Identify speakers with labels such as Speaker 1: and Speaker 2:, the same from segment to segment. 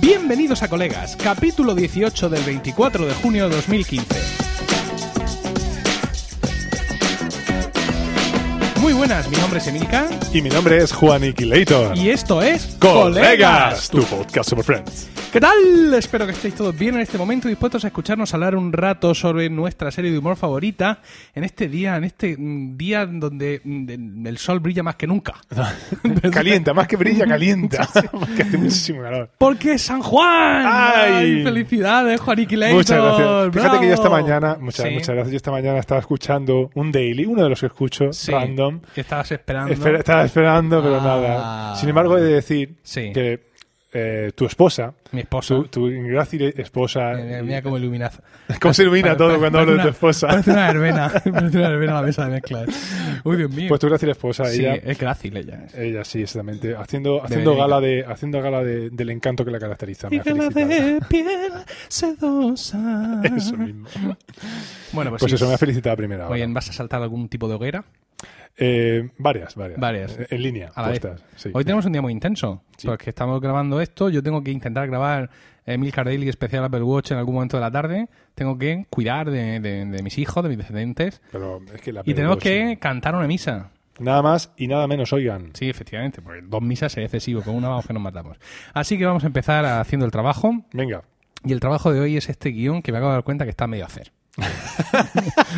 Speaker 1: Bienvenidos a Colegas, capítulo 18 del 24 de junio de 2015. Muy buenas, mi nombre es Emilka
Speaker 2: Y mi nombre es Juan Iquilator.
Speaker 1: y esto es
Speaker 2: Colegas, tu
Speaker 1: Tú.
Speaker 2: podcast Super Friends.
Speaker 1: ¿Qué tal? Espero que estéis todos bien en este momento y dispuestos a escucharnos hablar un rato sobre nuestra serie de humor favorita en este día, en este mm, día donde mm, el el sol brilla más que nunca.
Speaker 2: Calienta, más que brilla, calienta. Porque hace muchísimo calor.
Speaker 1: Porque es San Juan.
Speaker 2: ¡Ay!
Speaker 1: felicidades, Juaniqui Leitor.
Speaker 2: Muchas gracias. Fíjate que yo esta
Speaker 1: ¡Bravo!
Speaker 2: mañana, muchas,
Speaker 1: Sí.
Speaker 2: muchas gracias, yo esta mañana estaba escuchando un daily, uno de los que escucho,
Speaker 1: Sí,
Speaker 2: random.
Speaker 1: que estabas esperando.
Speaker 2: Espera- estaba esperando, pero
Speaker 1: Ah.
Speaker 2: nada. Sin embargo, he de decir
Speaker 1: Sí.
Speaker 2: que eh, tu esposa,
Speaker 1: Mi esposa.
Speaker 2: tu, tu ingrácil esposa,
Speaker 1: Mira, Eh, mira cómo iluminaza.
Speaker 2: ¿cómo se
Speaker 1: Pare-
Speaker 2: ilumina todo
Speaker 1: pare-
Speaker 2: cuando
Speaker 1: parece
Speaker 2: hablo de tu
Speaker 1: una-
Speaker 2: esposa?
Speaker 1: Parece una verbena. parece una verbena la mesa de mezclas. Uy, Dios mío.
Speaker 2: Pues tu grácil esposa,
Speaker 1: sí,
Speaker 2: ella
Speaker 1: es grácil ella.
Speaker 2: Ella sí, exactamente. Haciendo, haciendo
Speaker 1: Verónica.
Speaker 2: gala, de, haciendo gala de- del encanto que la caracteriza. Me ha
Speaker 1: Tijera
Speaker 2: felicitado.
Speaker 1: de piel sedosa.
Speaker 2: Eso mismo.
Speaker 1: Bueno, pues,
Speaker 2: Pues
Speaker 1: sí.
Speaker 2: eso, me ha felicitado a primera hora.
Speaker 1: Oye, ¿vas a saltar algún tipo de hoguera?
Speaker 2: Eh, varias, varias.
Speaker 1: Varias.
Speaker 2: Eh, En línea,
Speaker 1: A la vez.
Speaker 2: puestas. Sí.
Speaker 1: Hoy tenemos un día muy intenso, porque estamos grabando esto. Yo tengo que intentar grabar eh, Emil Daily especial Apple Watch en algún momento de la tarde. Tengo que cuidar de, de- de mis hijos, de mis descendientes.
Speaker 2: Pero es que la
Speaker 1: Y tenemos
Speaker 2: P2,
Speaker 1: que cantar una misa.
Speaker 2: sí. Nada más y nada menos, oigan.
Speaker 1: Sí, efectivamente, porque dos misas es excesivo, con una vamos que nos matamos. Así que vamos a empezar haciendo el trabajo.
Speaker 2: Venga.
Speaker 1: Y el trabajo de hoy es este guión que me acabo de dar cuenta que está medio a hacer.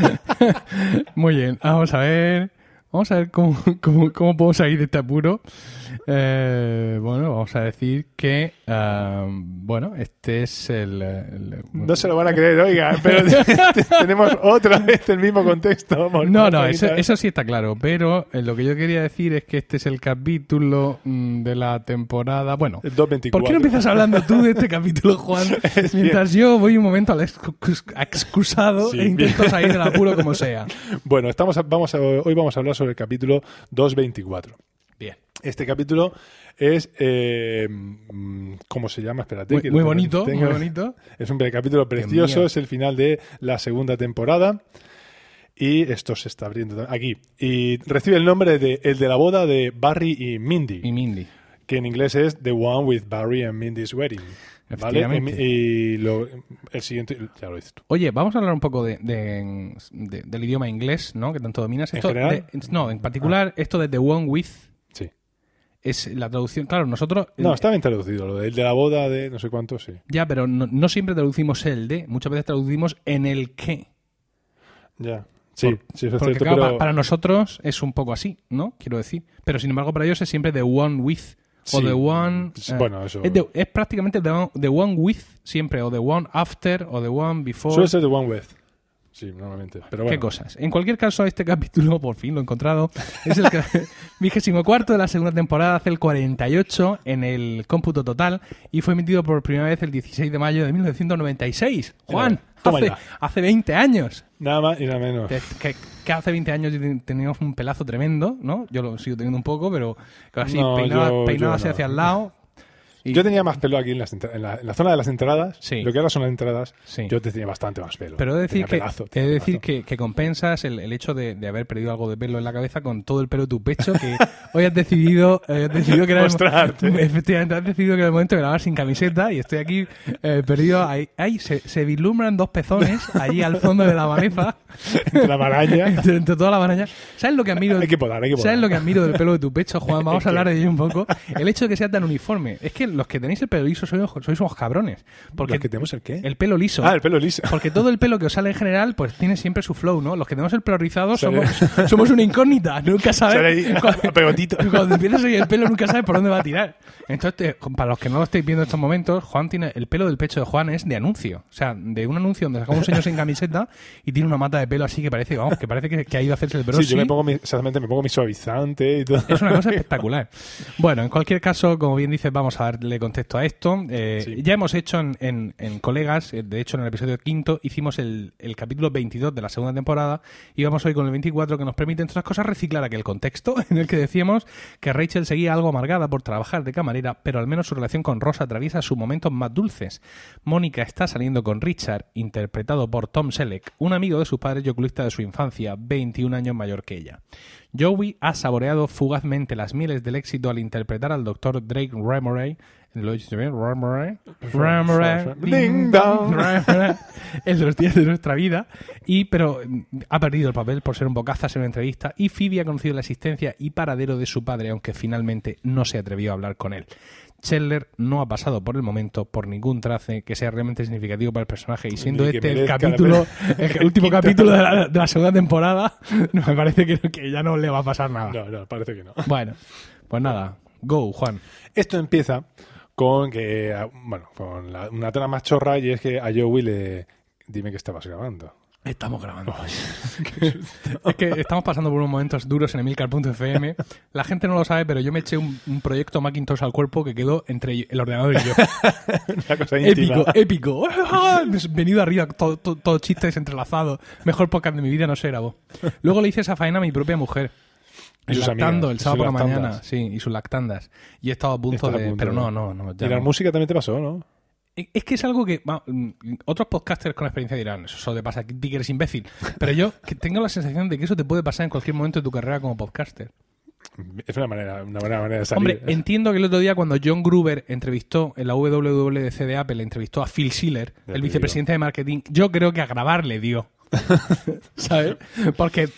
Speaker 1: Muy bien, vamos a ver. Vamos a ver cómo, cómo, cómo podemos salir de este apuro. Eh, bueno, vamos a decir que. ah, bueno, este es el. el-
Speaker 2: No se lo van a creer, oigan, pero tenemos otra vez el mismo contexto. Vamos,
Speaker 1: no, no,
Speaker 2: otra
Speaker 1: eso,
Speaker 2: vez.
Speaker 1: eso sí está claro. Pero eh, lo que yo quería decir es que este es el capítulo mm, de la temporada. Bueno,
Speaker 2: El 224.
Speaker 1: ¿Por qué no empiezas hablando tú de este capítulo, Juan? Mientras yo voy un momento al excus- excusado
Speaker 2: Sí,
Speaker 1: e intento salir del apuro como sea.
Speaker 2: Bueno, estamos a- vamos a- hoy vamos a hablar sobre el capítulo 224.
Speaker 1: Bien.
Speaker 2: Este capítulo es. eh, mm, ¿Cómo se llama? Espérate.
Speaker 1: Muy,
Speaker 2: que
Speaker 1: muy
Speaker 2: lo
Speaker 1: bonito,
Speaker 2: tengo.
Speaker 1: muy bonito.
Speaker 2: Es un capítulo
Speaker 1: mío.
Speaker 2: precioso, es el final de la segunda temporada. Y esto se está abriendo tam- aquí. Y recibe el nombre de El de la boda de Barry y Mindy,
Speaker 1: Y Mindy.
Speaker 2: que en inglés es The One with Barry and Mindy's Wedding. ¿Vale?
Speaker 1: Efectivamente.
Speaker 2: Y, y lo- el siguiente, ya lo dices tú.
Speaker 1: Oye, vamos a hablar un poco de, de- de- del idioma inglés, ¿no? Que tanto dominas.
Speaker 2: ¿En
Speaker 1: Esto
Speaker 2: general? Ah.
Speaker 1: de- no, en particular, esto de The One With
Speaker 2: Sí.
Speaker 1: es la traducción. Claro, nosotros.
Speaker 2: No, está bien traducido. Lo del de la boda de no sé cuánto, sí.
Speaker 1: Ya, pero no, no siempre traducimos el de, muchas veces traducimos en el que.
Speaker 2: Ya. Sí, sí, eso es
Speaker 1: Porque
Speaker 2: cierto,
Speaker 1: claro, pa-
Speaker 2: pero-
Speaker 1: para, nosotros es un poco así, ¿no? Quiero decir. Pero sin embargo, para ellos es siempre the one with. O
Speaker 2: Sí.
Speaker 1: the one. eh,
Speaker 2: Sí, bueno, eso-
Speaker 1: Es, de- es prácticamente the one, the one with siempre. O the one after. O the one before.
Speaker 2: Suele ser The One With. Sí, normalmente. Pero bueno.
Speaker 1: Qué cosas. En cualquier caso, este capítulo, por fin lo he encontrado, es el ca- vigésimo cuarto de la segunda temporada, hace el 48 en el cómputo total y fue emitido por primera vez el 16 de mayo de 1996. Juan,
Speaker 2: Toma
Speaker 1: hace,
Speaker 2: ya.
Speaker 1: hace 20 años.
Speaker 2: Nada más y nada menos.
Speaker 1: que, que- que hace 20 años yo ten- teníamos un pelazo tremendo, ¿no? Yo lo sigo teniendo un poco, pero así
Speaker 2: No,
Speaker 1: peinado,
Speaker 2: yo-
Speaker 1: peinado
Speaker 2: yo
Speaker 1: así
Speaker 2: no.
Speaker 1: hacia el lado. Y-
Speaker 2: Yo tenía más pelo aquí en, las entra- en la, en la zona de las entradas.
Speaker 1: Sí.
Speaker 2: Lo que ahora son las entradas.
Speaker 1: Sí.
Speaker 2: Yo te tenía bastante más pelo.
Speaker 1: Pero he de decir,
Speaker 2: Tenía
Speaker 1: que,
Speaker 2: pelazo,
Speaker 1: he de
Speaker 2: tenía
Speaker 1: decir
Speaker 2: pelazo.
Speaker 1: que, que compensas el, el hecho de, de haber perdido algo de pelo en la cabeza con todo el pelo de tu pecho que hoy has decidido, eh, has decidido que era el mo-
Speaker 2: Mostrarte.
Speaker 1: efectivamente has decidido que era el momento de grabar sin camiseta y estoy aquí eh, perdido. Ahí, ahí se, se vislumbran dos pezones allí al fondo de la maleza.
Speaker 2: Entre la maraña.
Speaker 1: entre, entre toda la maraña. ¿Sabes lo que admiro?
Speaker 2: Hay que podar, hay que podar.
Speaker 1: ¿Sabes lo que admiro del pelo de tu pecho, Juan? Vamos a
Speaker 2: Es que-
Speaker 1: hablar de ello un poco. El hecho de que sea tan uniforme. Es que los que tenéis el pelo liso sois, sois unos cabrones. Porque
Speaker 2: ¿Los que tenemos el qué?
Speaker 1: el pelo liso.
Speaker 2: Ah, el pelo liso.
Speaker 1: Porque todo el pelo que os sale en general, pues tiene siempre su flow, ¿no? Los que tenemos el pelo rizado somos, somos una incógnita. Nunca sabes.
Speaker 2: Sale ahí, a- a pegotito.
Speaker 1: Cuando empiezas a ir el pelo, nunca sabes por dónde va a tirar. Entonces, te- para los que no lo estáis viendo en estos momentos, Juan tiene el pelo del pecho de Juan es de anuncio. O sea, de un anuncio donde saca un señor sin camiseta y tiene una mata de pelo así que parece, vamos, que parece que, que ha ido a hacerse el
Speaker 2: Sí,
Speaker 1: brosi.
Speaker 2: yo me pongo mi, exactamente, me pongo mi suavizante y todo.
Speaker 1: Es una cosa espectacular. Bueno, en cualquier caso, como bien dices, vamos a darle contexto a esto. Eh,
Speaker 2: Sí.
Speaker 1: Ya hemos hecho en, en- en Colegas, eh, de hecho en el episodio quinto, hicimos el, el capítulo 22 de la segunda temporada y vamos hoy con el 24 que nos permite, entre otras cosas, reciclar aquel contexto en el que decíamos que Rachel seguía algo amargada por trabajar de camarera, pero al menos su relación con Rosa atraviesa sus momentos más dulces. Mónica está saliendo con Richard, interpretado por Tom Selleck, un amigo de sus padres y oculista de su infancia, 21 años mayor que ella. Joey ha saboreado fugazmente las mieles del éxito al interpretar al doctor Drake Remoray Lo he dicho bien.
Speaker 2: Pues Ding dong.
Speaker 1: en los días de nuestra vida. Y, pero mm, ha perdido el papel por ser un bocazas en una entrevista. Y Phoebe ha conocido la existencia y paradero de su padre, aunque finalmente no se atrevió a hablar con él. Chandler no ha pasado por el momento por ningún trace que sea realmente significativo para el personaje. Y siendo
Speaker 2: Ni que
Speaker 1: este el
Speaker 2: merezca la
Speaker 1: capítulo,
Speaker 2: pena.
Speaker 1: el último
Speaker 2: Quinto.
Speaker 1: capítulo de la, de la segunda temporada, no, me parece que, no- que ya no le va a pasar nada.
Speaker 2: No, no, parece que no.
Speaker 1: Bueno, pues nada. Go, Juan.
Speaker 2: Esto empieza con que, ah, bueno, con la- una trama chorra y es que a Joey le... Dime que estabas grabando.
Speaker 1: Estamos grabando. es que estamos pasando por unos momentos duros en Emilcar.fm. La gente no lo sabe, pero yo me eché un, un proyecto Macintosh al cuerpo que quedó entre el ordenador y yo.
Speaker 2: Una cosa íntima.
Speaker 1: épico, épico. Venido arriba, todo, todo- todo chistes entrelazados. Mejor podcast de mi vida no se grabó. Luego le hice esa faena a mi propia mujer.
Speaker 2: Y sus
Speaker 1: Lactando
Speaker 2: amigas,
Speaker 1: el
Speaker 2: y
Speaker 1: sábado
Speaker 2: sus
Speaker 1: por la
Speaker 2: lactandas.
Speaker 1: mañana, sí, y sus lactandas. Y he estado a punto
Speaker 2: Estás a
Speaker 1: de.
Speaker 2: punto,
Speaker 1: pero
Speaker 2: ¿no?
Speaker 1: no, no, no. ya
Speaker 2: Y la
Speaker 1: no.
Speaker 2: música también te pasó, ¿no?
Speaker 1: Es que es algo que va, mm, otros podcasters con experiencia dirán, eso solo te pasa a ti que eres imbécil. Pero yo que tengo la sensación de que eso te puede pasar en cualquier momento de tu carrera como podcaster.
Speaker 2: Es una manera, una buena manera de salir.
Speaker 1: Hombre, entiendo que el otro día cuando John Gruber entrevistó en la WWDC de Apple, entrevistó a Phil Schiller,
Speaker 2: Ya
Speaker 1: el
Speaker 2: te
Speaker 1: vicepresidente de marketing, yo creo que a grabar le dio. ¿Sabes? Porque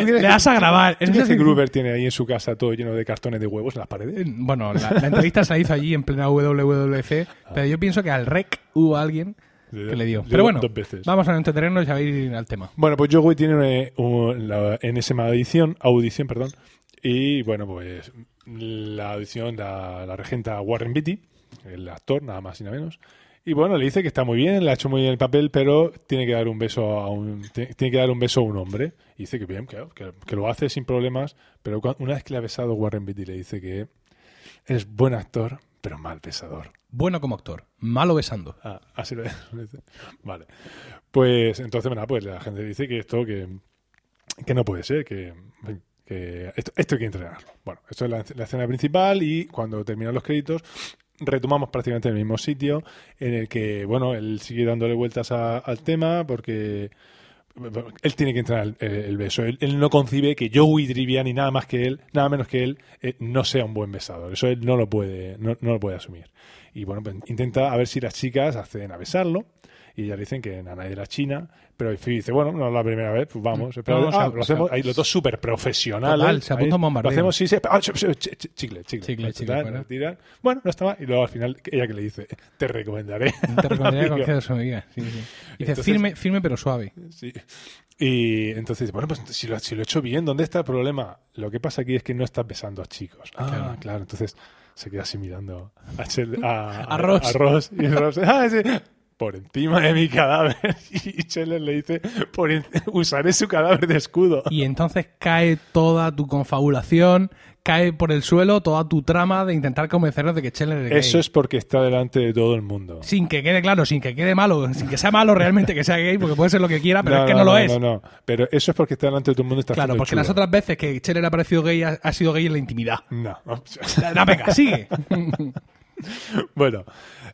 Speaker 1: le,
Speaker 2: tú crees
Speaker 1: le
Speaker 2: que-
Speaker 1: das a grabar.
Speaker 2: ¿Tú
Speaker 1: Es
Speaker 2: crees que
Speaker 1: decir,
Speaker 2: Gruber tiene ahí en su casa todo lleno de cartones de huevos en las paredes?
Speaker 1: mm, Bueno, la, la entrevista se la hizo allí en plena WWDC, pero yo pienso que al rec hubo alguien que le dio.
Speaker 2: Le
Speaker 1: Pero bueno,
Speaker 2: dos veces.
Speaker 1: vamos a entretenernos y a ir al tema.
Speaker 2: Bueno, pues Joey tiene una- un- la enésima audición, audición, perdón. Y bueno, pues la audición la, la regenta Warren Beatty, el actor, nada más y nada menos. Y bueno, le dice que está muy bien, le ha hecho muy bien el papel, pero tiene que dar un beso a un tiene tiene que dar un beso a un hombre. Y dice que bien, que, que- que lo hace sin problemas, pero cua- una vez que le ha besado Warren Beatty le dice que es buen actor, pero mal besador.
Speaker 1: Bueno como actor, malo besando.
Speaker 2: Ah, así lo lo dice. Vale. Pues entonces, nada, pues la gente dice que esto, que, que no puede ser, que, que esto, esto hay que entrenarlo. Bueno, esto es la, la escena principal y cuando terminan los créditos retomamos prácticamente en el mismo sitio en el que, bueno, él sigue dándole vueltas a- al tema porque él tiene que entrenar el, el beso. Él, él no concibe que Joey Triviani, nada más que él, nada menos que él, eh, no sea un buen besador. Eso él no lo puede, no, no lo puede asumir. Y bueno, pues intenta a ver si las chicas acceden a besarlo. Y ya le dicen que a nadie de la China. Pero en fin, dice, bueno, no es la primera vez, pues vamos. Pero,
Speaker 1: Mm. No, o
Speaker 2: ah,
Speaker 1: sea,
Speaker 2: lo
Speaker 1: o sea,
Speaker 2: hacemos, ahí los dos súper profesionales.
Speaker 1: Total, se apunta un bombardeo.
Speaker 2: Lo hacemos, sí, sí. ah, ch- ch- ch- chicle, chicle.
Speaker 1: Chicle,
Speaker 2: Total,
Speaker 1: chicle, fuera.
Speaker 2: lo tiran. Bueno, no está mal. Y luego al final, ella que le dice, te recomendaré.
Speaker 1: Te recomendaría
Speaker 2: Amigo.
Speaker 1: cualquier de sus medidas. Sí, sí. Dice,
Speaker 2: Entonces-
Speaker 1: firme, firme pero suave.
Speaker 2: Sí. Y entonces, bueno, pues si lo, si lo he hecho bien, ¿dónde está el problema? Lo que pasa aquí es que no estás besando a chicos. Ah,
Speaker 1: Claro.
Speaker 2: claro. Entonces se queda así mirando a, Chel- a,
Speaker 1: A Ross.
Speaker 2: a y Ross, "Ah, sí, por encima de mi cadáver. Y Scheller le dice, por en- usaré su cadáver de escudo.
Speaker 1: Y entonces cae toda tu confabulación, cae por el suelo toda tu trama de intentar convencernos de que Chandler es gay.
Speaker 2: Eso es porque está delante de todo el mundo.
Speaker 1: Sin que quede claro, sin que quede malo, sin que sea malo realmente que sea gay, porque puede ser lo que quiera, ah, pero es que no, lo es.
Speaker 2: No, no, pero eso es porque está delante de todo el mundo y está
Speaker 1: claro,
Speaker 2: haciendo
Speaker 1: porque
Speaker 2: el
Speaker 1: las
Speaker 2: chulo.
Speaker 1: otras veces que Chandler ha parecido gay, ha, ha sido gay en la intimidad.
Speaker 2: No,
Speaker 1: No, venga, sigue.
Speaker 2: Bueno,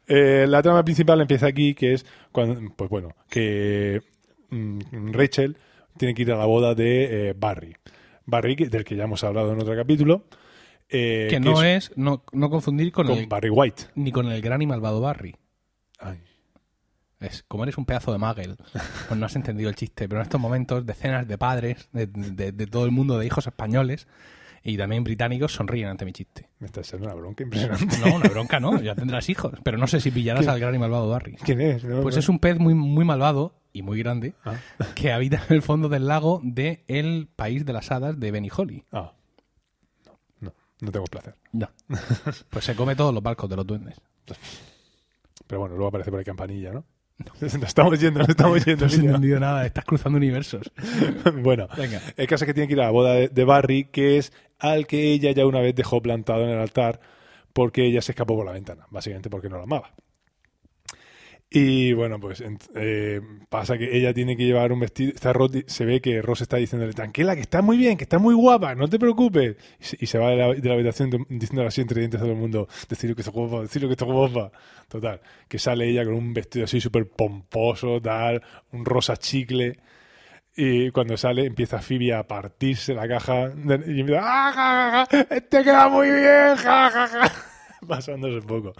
Speaker 2: eh, la trama principal empieza aquí, que es cuando, pues bueno, que mm, Rachel tiene que ir a la boda de eh, Barry. Barry, que- del que ya hemos hablado en otro capítulo. eh,
Speaker 1: que no es, no, no confundir con,
Speaker 2: con
Speaker 1: el-
Speaker 2: Barry White.
Speaker 1: ni con el gran y malvado Barry.
Speaker 2: Ay,
Speaker 1: Es, como eres un pedazo de Magel, pues no has entendido el chiste, pero en estos momentos decenas de padres de, de- de todo el mundo, de hijos españoles y también británicos, sonríen ante mi chiste.
Speaker 2: me está echando una bronca impresionante.
Speaker 1: No, una bronca no, ya tendrás hijos, pero no sé si pillarás al gran y malvado Barry.
Speaker 2: ¿Quién es? No,
Speaker 1: Pues
Speaker 2: no.
Speaker 1: es un pez muy, muy malvado y muy grande
Speaker 2: Ah.
Speaker 1: que habita en el fondo del lago de el país de las hadas de Beniholi.
Speaker 2: Ah. No, no, no tengo placer.
Speaker 1: No. Pues se come todos los barcos de los duendes.
Speaker 2: Pero bueno, luego aparece por ahí campanilla, ¿no? Nos estamos yendo, nos estamos yendo.
Speaker 1: No has
Speaker 2: Lidia.
Speaker 1: entendido nada, estás cruzando universos.
Speaker 2: bueno,
Speaker 1: Venga.
Speaker 2: el caso es que tiene que ir a la boda de, de Barry, que es al que ella ya una vez dejó plantado en el altar porque ella se escapó por la ventana, básicamente porque no lo amaba. Y bueno, pues ent- eh, pasa que ella tiene que llevar un vestido. Está Ross di- se ve que Ross está diciéndole, tranquila, que está muy bien, que está muy guapa, no te preocupes. Y se, y se va de la, de la habitación de- diciéndole así entre dientes a todo el mundo, decirle que está guapa, decirle que está guapa. Total, que sale ella con un vestido así súper pomposo, tal, un rosa chicle. Y cuando sale, empieza Phoebe a este partirse la caja de- y empieza, ¡Ah, ja, ja, ja! ¡Te queda muy bien! ¡Ja, ja, ja! pasándose un poco.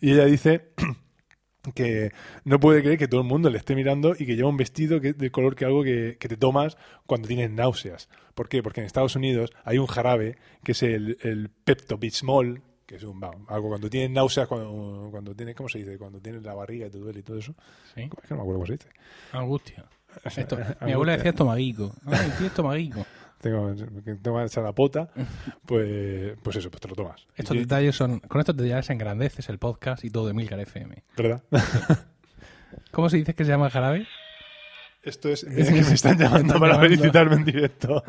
Speaker 2: Y ella dice que no puede creer que todo el mundo le esté mirando y que lleva un vestido que, del color que algo que, que te tomas cuando tienes náuseas. ¿Por qué? Porque en Estados Unidos hay un jarabe que es el, el Pepto Bismol, que es un va, algo cuando tienes náuseas, cuando, cuando tienes, ¿cómo se dice? Cuando tienes la barriga y te duele y todo eso.
Speaker 1: Sí.
Speaker 2: Es que no me acuerdo cómo se dice.
Speaker 1: Angustia. Esto- mi
Speaker 2: angustia.
Speaker 1: abuela decía estomaguico. Ay, tío, estomaguico.
Speaker 2: Tengo, tengo echar la pota, pues, pues eso, pues te lo tomas.
Speaker 1: Estos
Speaker 2: Y-
Speaker 1: detalles son. Con estos detalles engrandeces el podcast y todo de Milcar FM.
Speaker 2: ¿Verdad?
Speaker 1: ¿Cómo se dice que se llama el jarabe?
Speaker 2: Esto es, es que me están llamando
Speaker 1: están
Speaker 2: para
Speaker 1: llamando.
Speaker 2: felicitarme en directo.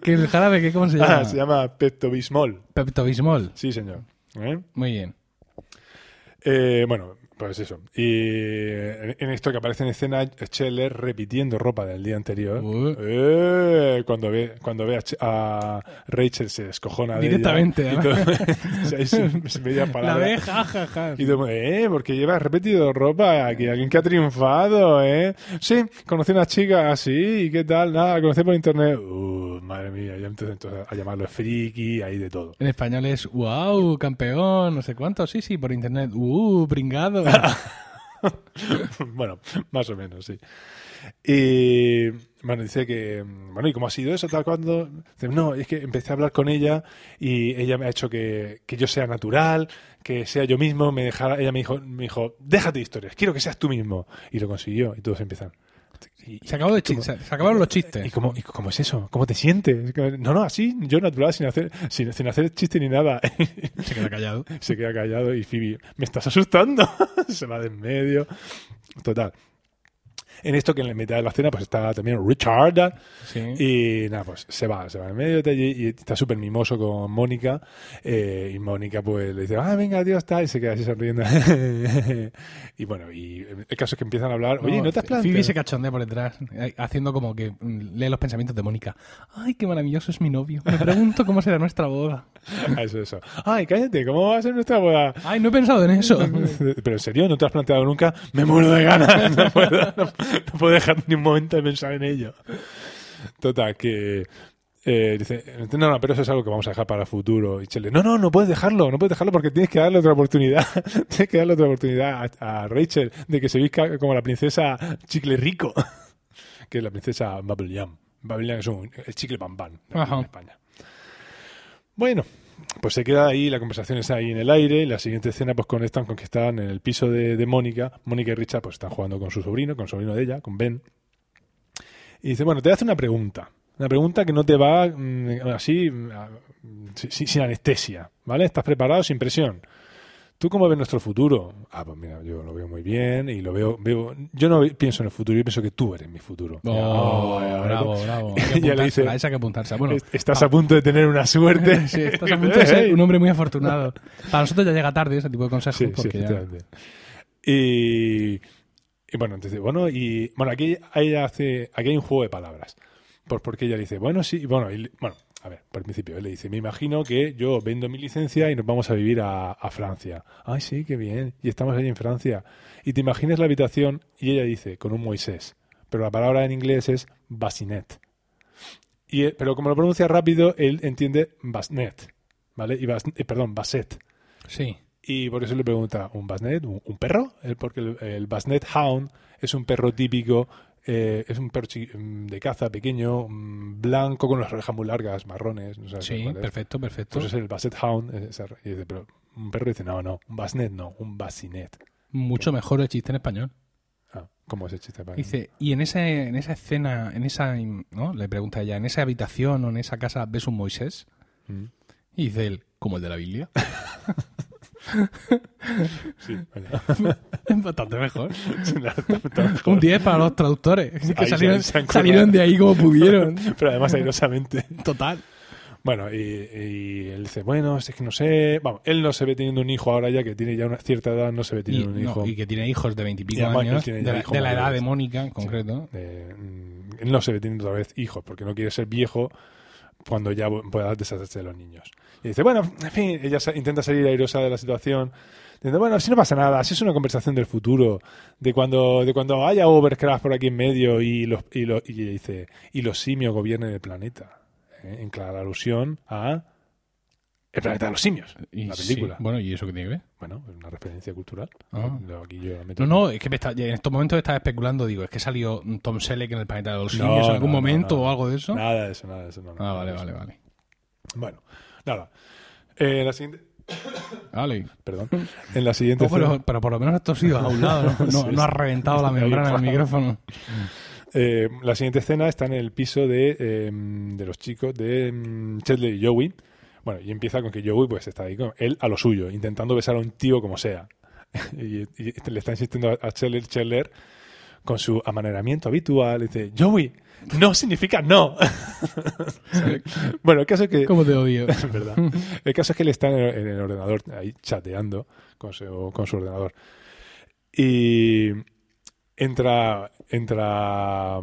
Speaker 1: ¿Que el jarabe qué? ¿Cómo se llama?
Speaker 2: Ah, se llama Pepto Bismol.
Speaker 1: Pepto Bismol.
Speaker 2: Sí, señor. ¿Eh?
Speaker 1: Muy bien.
Speaker 2: Eh, bueno, pues eso. Y en en esto que aparece en escena, Scheller repitiendo ropa del día anterior.
Speaker 1: Uh.
Speaker 2: Eh, cuando ve, cuando ve a, Ch- a Rachel se descojona de ella.
Speaker 1: Directamente,
Speaker 2: Y todo- o sea, es- es media palabra.
Speaker 1: La abeja, jajaja.
Speaker 2: Y todo el mundo, eh, porque llevas repetido ropa, aquí alguien que ha triunfado, eh. Sí, conocí una chica así, ¿y qué tal? Nada, la conocí por internet. Uh, madre mía, ya entonces, entonces a llamarlo friki, ahí de todo.
Speaker 1: En español es wow, campeón, no sé cuánto. Sí, sí, por internet. Uh, pringado.
Speaker 2: bueno, más o menos, sí. Y bueno, dice que, bueno, ¿y cómo ha sido eso? ¿Tal cuando? Dice, no, es que empecé a hablar con ella y ella me ha hecho que, que yo sea natural, que sea yo mismo, me dejara, ella me dijo, me dijo, déjate de historias, quiero que seas tú mismo. Y lo consiguió y todos empiezan. "¿Y-
Speaker 1: se, acabó de chi- se, se acabaron los chistes.
Speaker 2: ¿Y cómo, ¿Y cómo es eso? ¿Cómo te sientes? No, no, así, yo natural, sin hacer, sin, sin hacer chiste ni nada.
Speaker 1: Se queda callado.
Speaker 2: Se queda callado y Phoebe, me estás asustando. Se va de en medio. Total. En esto que en la mitad de la cena pues está también Richard
Speaker 1: Sí.
Speaker 2: y nada, pues se va, se va en medio de allí y está súper mimoso con Mónica eh, y Mónica pues le dice, ah, venga, tío, está y se queda así sonriendo. y bueno, y el caso es que empiezan a hablar, oye, ¿no te has planteado?
Speaker 1: Phoebe se cachondea por detrás, eh, haciendo como que mm, lee los pensamientos de Mónica. Ay, qué maravilloso es mi novio. Me pregunto cómo será nuestra boda.
Speaker 2: Ah, Eso, eso. Ay, cállate, ¿cómo va a ser nuestra boda?
Speaker 1: Ay, no he pensado en eso.
Speaker 2: Pero en serio, ¿no te has planteado nunca? Me muero de ganas. No puedo, no- no puedo dejar ni un momento de pensar en ello. Total, que. eh, dice, no, no, pero eso es algo que vamos a dejar para el futuro. Y Chele, no, no, no puedes dejarlo, no puedes dejarlo porque tienes que darle otra oportunidad. tienes que darle otra oportunidad a, a Rachel de que se visca como la princesa Chicle Rico, que es la princesa Babylon. Babylon es un, el chicle pan pan de
Speaker 1: Ajá.
Speaker 2: España. Bueno, pues se queda ahí, la conversación está ahí en el aire. La siguiente escena, pues conectan con que están en el piso de, de Mónica. Mónica y Richard, pues están jugando con su sobrino, con el sobrino de ella, con Ben. Y dice: Bueno, te hace una pregunta. Una pregunta que no te va mm, así, mm, a- mm, si- si- sin anestesia. ¿Vale? Estás preparado, sin presión. ¿Tú cómo ves nuestro futuro? Ah, pues mira, yo lo veo muy bien y lo veo. veo yo no ve- pienso en el futuro, yo pienso que tú eres mi futuro.
Speaker 1: Oh,
Speaker 2: Ah, ahora
Speaker 1: bravo,
Speaker 2: te-
Speaker 1: bravo.
Speaker 2: Ya
Speaker 1: Hay que apuntarse,
Speaker 2: le hice-
Speaker 1: a esa hay que apuntarse. Bueno, ah.
Speaker 2: est- Estás a punto de tener una suerte.
Speaker 1: sí, estás a punto de
Speaker 2: Ey.
Speaker 1: ser ¿eh? un hombre muy afortunado. Para nosotros ya llega tarde ese tipo de consejos.
Speaker 2: Sí, sí,
Speaker 1: porque ya-
Speaker 2: efectivamente. Y, y bueno, entonces, bueno, y bueno, aquí ella hace, aquí hay un juego de palabras. Pues porque ella le dice, bueno, sí, y bueno, y le- bueno, a ver, por el principio, él le dice, me imagino que yo vendo mi licencia y nos vamos a vivir a, a Francia. Ay, sí, qué bien. Y estamos allí en Francia. Y te imaginas la habitación, y ella dice, con un Moisés. Pero la palabra en inglés es basinet. Y, él- pero como lo pronuncia rápido, él entiende basnet, ¿vale? Y bas- eh, perdón, baset.
Speaker 1: Sí.
Speaker 2: Y por eso le pregunta, ¿un Basnet? ¿Un, un perro? Él- Porque el, el Basnet Hound es un perro típico, eh, es un perro chi- mm, de caza pequeño, mm, blanco, con las orejas muy largas, marrones. No sabes
Speaker 1: Sí,
Speaker 2: cuál es.
Speaker 1: perfecto, perfecto.
Speaker 2: Entonces el Basset Hound, eh, esa- y dice, pero un perro dice, no, no, un Basnet no, un Basinet.
Speaker 1: Mucho mejor el chiste en español.
Speaker 2: Ah, ¿Cómo es el chiste? Vale.
Speaker 1: Dice, y en esa, en esa escena, en esa, ¿no? Le pregunta ella, ¿en esa habitación o en esa casa ves un Moisés?
Speaker 2: Mm.
Speaker 1: Y dice él, como el de la Biblia.
Speaker 2: Sí, vale.
Speaker 1: Es Bastante mejor.
Speaker 2: Joder.
Speaker 1: Un 10 para los traductores, que
Speaker 2: Ahí se-
Speaker 1: salieron,
Speaker 2: se han currado.
Speaker 1: salieron de ahí como pudieron.
Speaker 2: pero además airosamente.
Speaker 1: Total.
Speaker 2: Bueno, y, y él dice, bueno, es que no sé. Vamos, él no se ve teniendo un hijo ahora ya que tiene ya una cierta edad, no se ve
Speaker 1: Y,
Speaker 2: teniendo un
Speaker 1: no,
Speaker 2: hijo.
Speaker 1: y que tiene hijos de
Speaker 2: Y
Speaker 1: veintipico
Speaker 2: además
Speaker 1: años,
Speaker 2: tiene
Speaker 1: de
Speaker 2: ya
Speaker 1: la,
Speaker 2: hijos
Speaker 1: de la
Speaker 2: mayores.
Speaker 1: edad de Mónica en concreto.
Speaker 2: Eh, mm, él no se ve teniendo otra vez hijos porque no quiere ser viejo cuando ya vo- pueda deshacerse de los niños. Y dice, bueno, en fin, ella sa- intenta salir airosa de la situación. Dice, bueno, si no pasa nada, si es una conversación del futuro, de cuando, de cuando haya Overcraft por aquí en medio y los, y los, y dice, y los simios gobiernen el planeta. ¿eh? En clara alusión a El planeta de los simios,
Speaker 1: Y
Speaker 2: la
Speaker 1: sí,
Speaker 2: película.
Speaker 1: Bueno, ¿y eso qué tiene que ver?
Speaker 2: Bueno, es una referencia cultural.
Speaker 1: Ah.
Speaker 2: Lo- Aquí yo la meto.
Speaker 1: No, no, es que me está- ya en estos momentos estaba especulando, digo, es que salió Tom Selleck en el planeta de los
Speaker 2: No,
Speaker 1: simios en algún
Speaker 2: no, no,
Speaker 1: momento
Speaker 2: no.
Speaker 1: o algo de eso.
Speaker 2: Nada de eso, nada de eso. No, no,
Speaker 1: Ah,
Speaker 2: nada
Speaker 1: vale,
Speaker 2: de eso.
Speaker 1: vale, vale.
Speaker 2: Bueno, nada. Eh, la siguiente.
Speaker 1: Vale.
Speaker 2: Perdón. En la siguiente.
Speaker 1: Oh, pero,
Speaker 2: escena-
Speaker 1: pero por lo menos has tosido a un lado, no,
Speaker 2: Sí,
Speaker 1: no,
Speaker 2: sí.
Speaker 1: no has reventado la membrana del micrófono.
Speaker 2: Eh, la siguiente escena está en el piso de, eh, de los chicos de mm, Chetley y Joey. Bueno, y empieza con que Joey pues está ahí con él a lo suyo, intentando besar a un tío como sea. y, y le está insistiendo a- a Chetler, Chetler con su amaneramiento habitual. Dice, Joey, no significa no. bueno, el caso es que...
Speaker 1: ¿Cómo te odio?
Speaker 2: Es verdad. El caso es que él está en el, en el ordenador, ahí chateando con su, con su ordenador. Y entra, entra,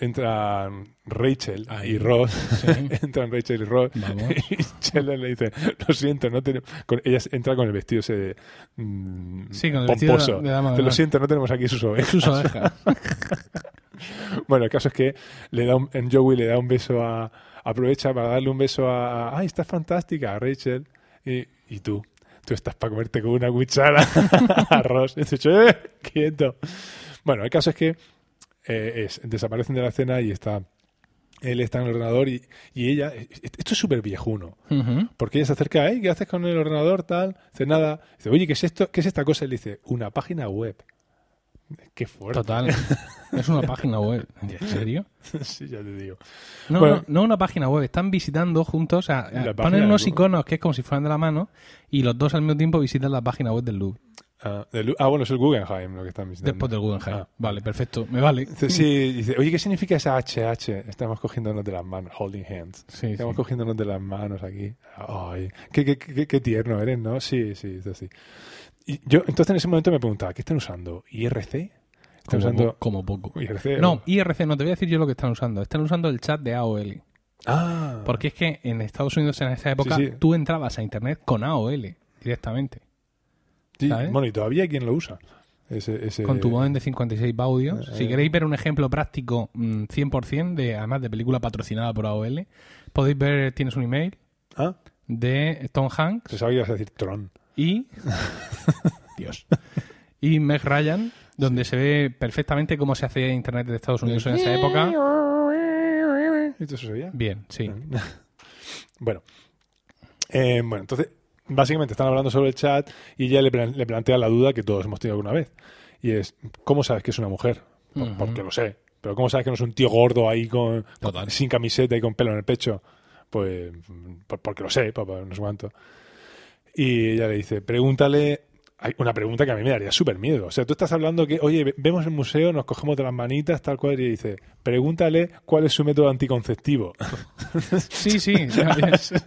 Speaker 2: entra Rachel
Speaker 1: Ahí.
Speaker 2: y Ross.
Speaker 1: Sí.
Speaker 2: Entran Rachel y Ross.
Speaker 1: Vamos.
Speaker 2: Y Chandler le dice, lo siento, no tenemos... con- Ella entra con el vestido ese de, mm,
Speaker 1: Sí, con el vestido
Speaker 2: pomposo.
Speaker 1: de dama de
Speaker 2: Te lo
Speaker 1: honor.
Speaker 2: siento, no tenemos aquí sus ovejas.
Speaker 1: Sus ovejas.
Speaker 2: Bueno, el caso es que le da un, en Joey le da un beso a. Aprovecha para darle un beso a. ¡Ay, estás fantástica, a Rachel! Y, y tú. Tú estás para comerte con una cuchara a Ross. Y dices, ¡eh! ¡Quieto! Bueno, el caso es que eh, es- desaparecen de la cena y está. Él está en el ordenador y, y ella. e, Esto es súper viejuno.
Speaker 1: Ujú.
Speaker 2: Porque ella se acerca, ¿eh? ¿Qué haces con el ordenador? Tal. Dice nada. Dice, oye, ¿qué es esto? ¿Qué es esta cosa? Y le dice, una página web. Qué fuerte.
Speaker 1: Total. Es una página web. ¿En serio?
Speaker 2: sí, ya te digo.
Speaker 1: No,
Speaker 2: Bueno.
Speaker 1: no, no una página web, están visitando juntos, o sea,
Speaker 2: La
Speaker 1: ponen
Speaker 2: página
Speaker 1: unos
Speaker 2: del Louvre.
Speaker 1: iconos que es como si fueran de la mano y los dos al mismo tiempo visitan la página web del Louvre,
Speaker 2: Ah, del- ah, bueno, es el Guggenheim lo que están visitando.
Speaker 1: después del Guggenheim.
Speaker 2: Ah.
Speaker 1: Vale, perfecto, me vale.
Speaker 2: Dice, Sí, dice, oye, ¿qué significa esa HH? Estamos cogiéndonos de las manos, holding hands.
Speaker 1: Sí, sí.
Speaker 2: Estamos cogiéndonos de las manos aquí. Ay, qué, qué- qué- qué tierno eres, ¿no? Sí, sí, es así. Y yo, entonces en ese momento me preguntaba, ¿qué están usando? ¿IRC? Están
Speaker 1: Como, po-
Speaker 2: usando
Speaker 1: como poco.
Speaker 2: IRC.
Speaker 1: No,
Speaker 2: o-
Speaker 1: IRC, no te voy a decir yo lo que están usando. Están usando el chat de AOL.
Speaker 2: Ah,
Speaker 1: Porque es que en Estados Unidos en esa época
Speaker 2: Sí, sí.
Speaker 1: tú entrabas a internet con AOL directamente.
Speaker 2: sí,
Speaker 1: ¿sabes?
Speaker 2: bueno, y todavía hay quien lo usa. Ese, ese-
Speaker 1: E. Con tu modem de 56 baudios.
Speaker 2: eh,
Speaker 1: Si
Speaker 2: eh.
Speaker 1: queréis ver un ejemplo práctico mm, 100%, de, además de película patrocinada por AOL, podéis ver, tienes un email
Speaker 2: Ah,
Speaker 1: de Tom Hanks
Speaker 2: se sabía decir Tron.
Speaker 1: y Dios y Meg Ryan donde se ve perfectamente cómo se hacía internet de Estados Unidos en esa época
Speaker 2: ¿Y tú se sabía?
Speaker 1: bien sí
Speaker 2: Bueno, Eh, bueno, entonces, básicamente están hablando sobre el chat y ella le, plan- le plantea la duda que todos hemos tenido alguna vez. Y es, ¿cómo sabes que es una mujer? Por-
Speaker 1: Ujú.
Speaker 2: Porque lo sé. Pero ¿cómo sabes que no es un tío gordo ahí con,
Speaker 1: Total.
Speaker 2: sin camiseta y con pelo en el pecho? Pues mm, por- porque lo sé, papá, no sé cuánto. Y ella le dice, pregúntale hay una pregunta que a mí me daría súper miedo. O sea, tú estás hablando que, oye, ve- vemos el museo, nos cogemos de las manitas, tal cual, y dice, pregúntale cuál es su método anticonceptivo.
Speaker 1: sí sí dice,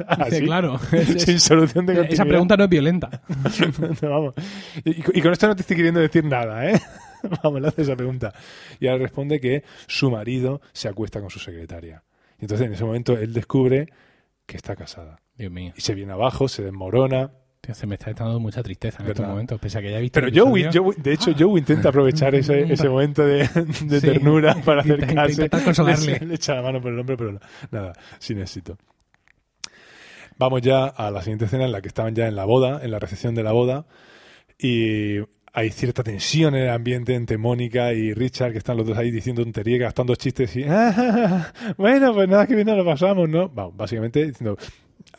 Speaker 2: Así.
Speaker 1: claro Es- es-
Speaker 2: sin solución de
Speaker 1: esa
Speaker 2: continuidad.
Speaker 1: pregunta no es violenta
Speaker 2: Vamos. Y, y con esto no te estoy queriendo decir nada, ¿eh? Vamos, le haces esa pregunta. Y ahora responde que su marido se acuesta con su secretaria. Y entonces en ese momento él descubre que está casada.
Speaker 1: Dios mío
Speaker 2: Y se viene abajo, se desmorona.
Speaker 1: tío, se me está dando mucha tristeza en estos
Speaker 2: ¿Verdad?
Speaker 1: momentos pese a que ya he visto
Speaker 2: Pero
Speaker 1: el
Speaker 2: Joey,
Speaker 1: episodio.
Speaker 2: Joey- de hecho, Joey intenta aprovechar ese, ese momento de, de
Speaker 1: Sí.
Speaker 2: ternura para
Speaker 1: Intenta-
Speaker 2: acercarse.
Speaker 1: intenta consolarle.
Speaker 2: Le, le echa la mano por el hombro, pero no- nada, sin éxito. Vamos ya a la siguiente escena en la que estaban ya en la boda, en la recepción de la boda, y hay cierta tensión en el ambiente entre Mónica y Richard, que están los dos ahí diciendo tonterías, gastando chistes y... "Ah, bueno, pues nada, que bien nos lo pasamos, ¿no? Vamos, básicamente diciendo...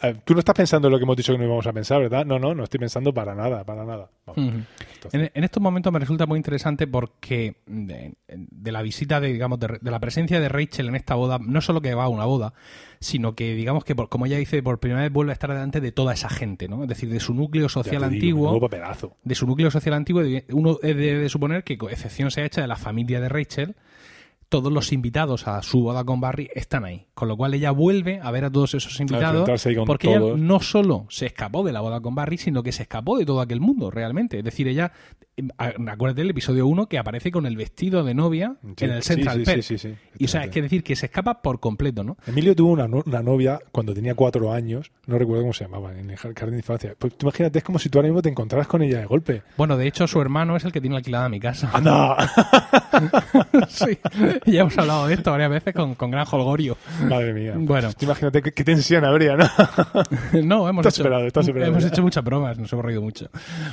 Speaker 2: "Ah, Tú no estás pensando en lo que hemos dicho que no íbamos a pensar, ¿verdad? No, no, no estoy pensando para nada, para nada. Vamos.
Speaker 1: Ujú.
Speaker 2: Entonces-
Speaker 1: En, en estos momentos me resulta muy interesante porque de, de la visita, de, digamos, de, de la presencia de Rachel en esta boda, no solo que va a una boda, sino que, digamos que, por, como ella dice, por primera vez vuelve a estar delante de toda esa gente, ¿no? Es decir, de su núcleo
Speaker 2: Ya
Speaker 1: social
Speaker 2: te digo,
Speaker 1: antiguo.
Speaker 2: menudo papelazo.
Speaker 1: de su núcleo social antiguo, y uno debe de suponer que, con excepción sea hecha de la familia de Rachel, todos los invitados a su boda con Barry están ahí. Con lo cual ella vuelve a ver a todos esos invitados.
Speaker 2: enfrentarse ahí con
Speaker 1: Porque ella
Speaker 2: todos.
Speaker 1: no solo se escapó de la boda con Barry, sino que se escapó de todo aquel mundo realmente. Es decir, ella em, acuérdate del episodio 1 que aparece con el vestido de novia
Speaker 2: Sí,
Speaker 1: en el
Speaker 2: sí,
Speaker 1: Central
Speaker 2: sí,
Speaker 1: Perk.
Speaker 2: sí, sí, sí,
Speaker 1: y o sea, es que decir que se escapa por completo, ¿no?
Speaker 2: Emilio tuvo una, no- una novia cuando tenía cuatro años, no recuerdo cómo se llamaba, en el jar- jardín de infancia. Pues tú imagínate, es como si tú ahora mismo te encontraras con ella de golpe.
Speaker 1: Bueno, de hecho, su hermano es el que tiene alquilada mi casa.
Speaker 2: ¡Anda!
Speaker 1: sí, ya hemos hablado de esto varias veces con, con gran holgorio.
Speaker 2: Madre mía.
Speaker 1: Bueno.
Speaker 2: Tú imagínate qué, qué tensión habría, ¿no?
Speaker 1: no, hemos,
Speaker 2: Está
Speaker 1: hecho,
Speaker 2: superado, está superado
Speaker 1: hemos
Speaker 2: ya.
Speaker 1: hecho muchas bromas, nos hemos reído mucho.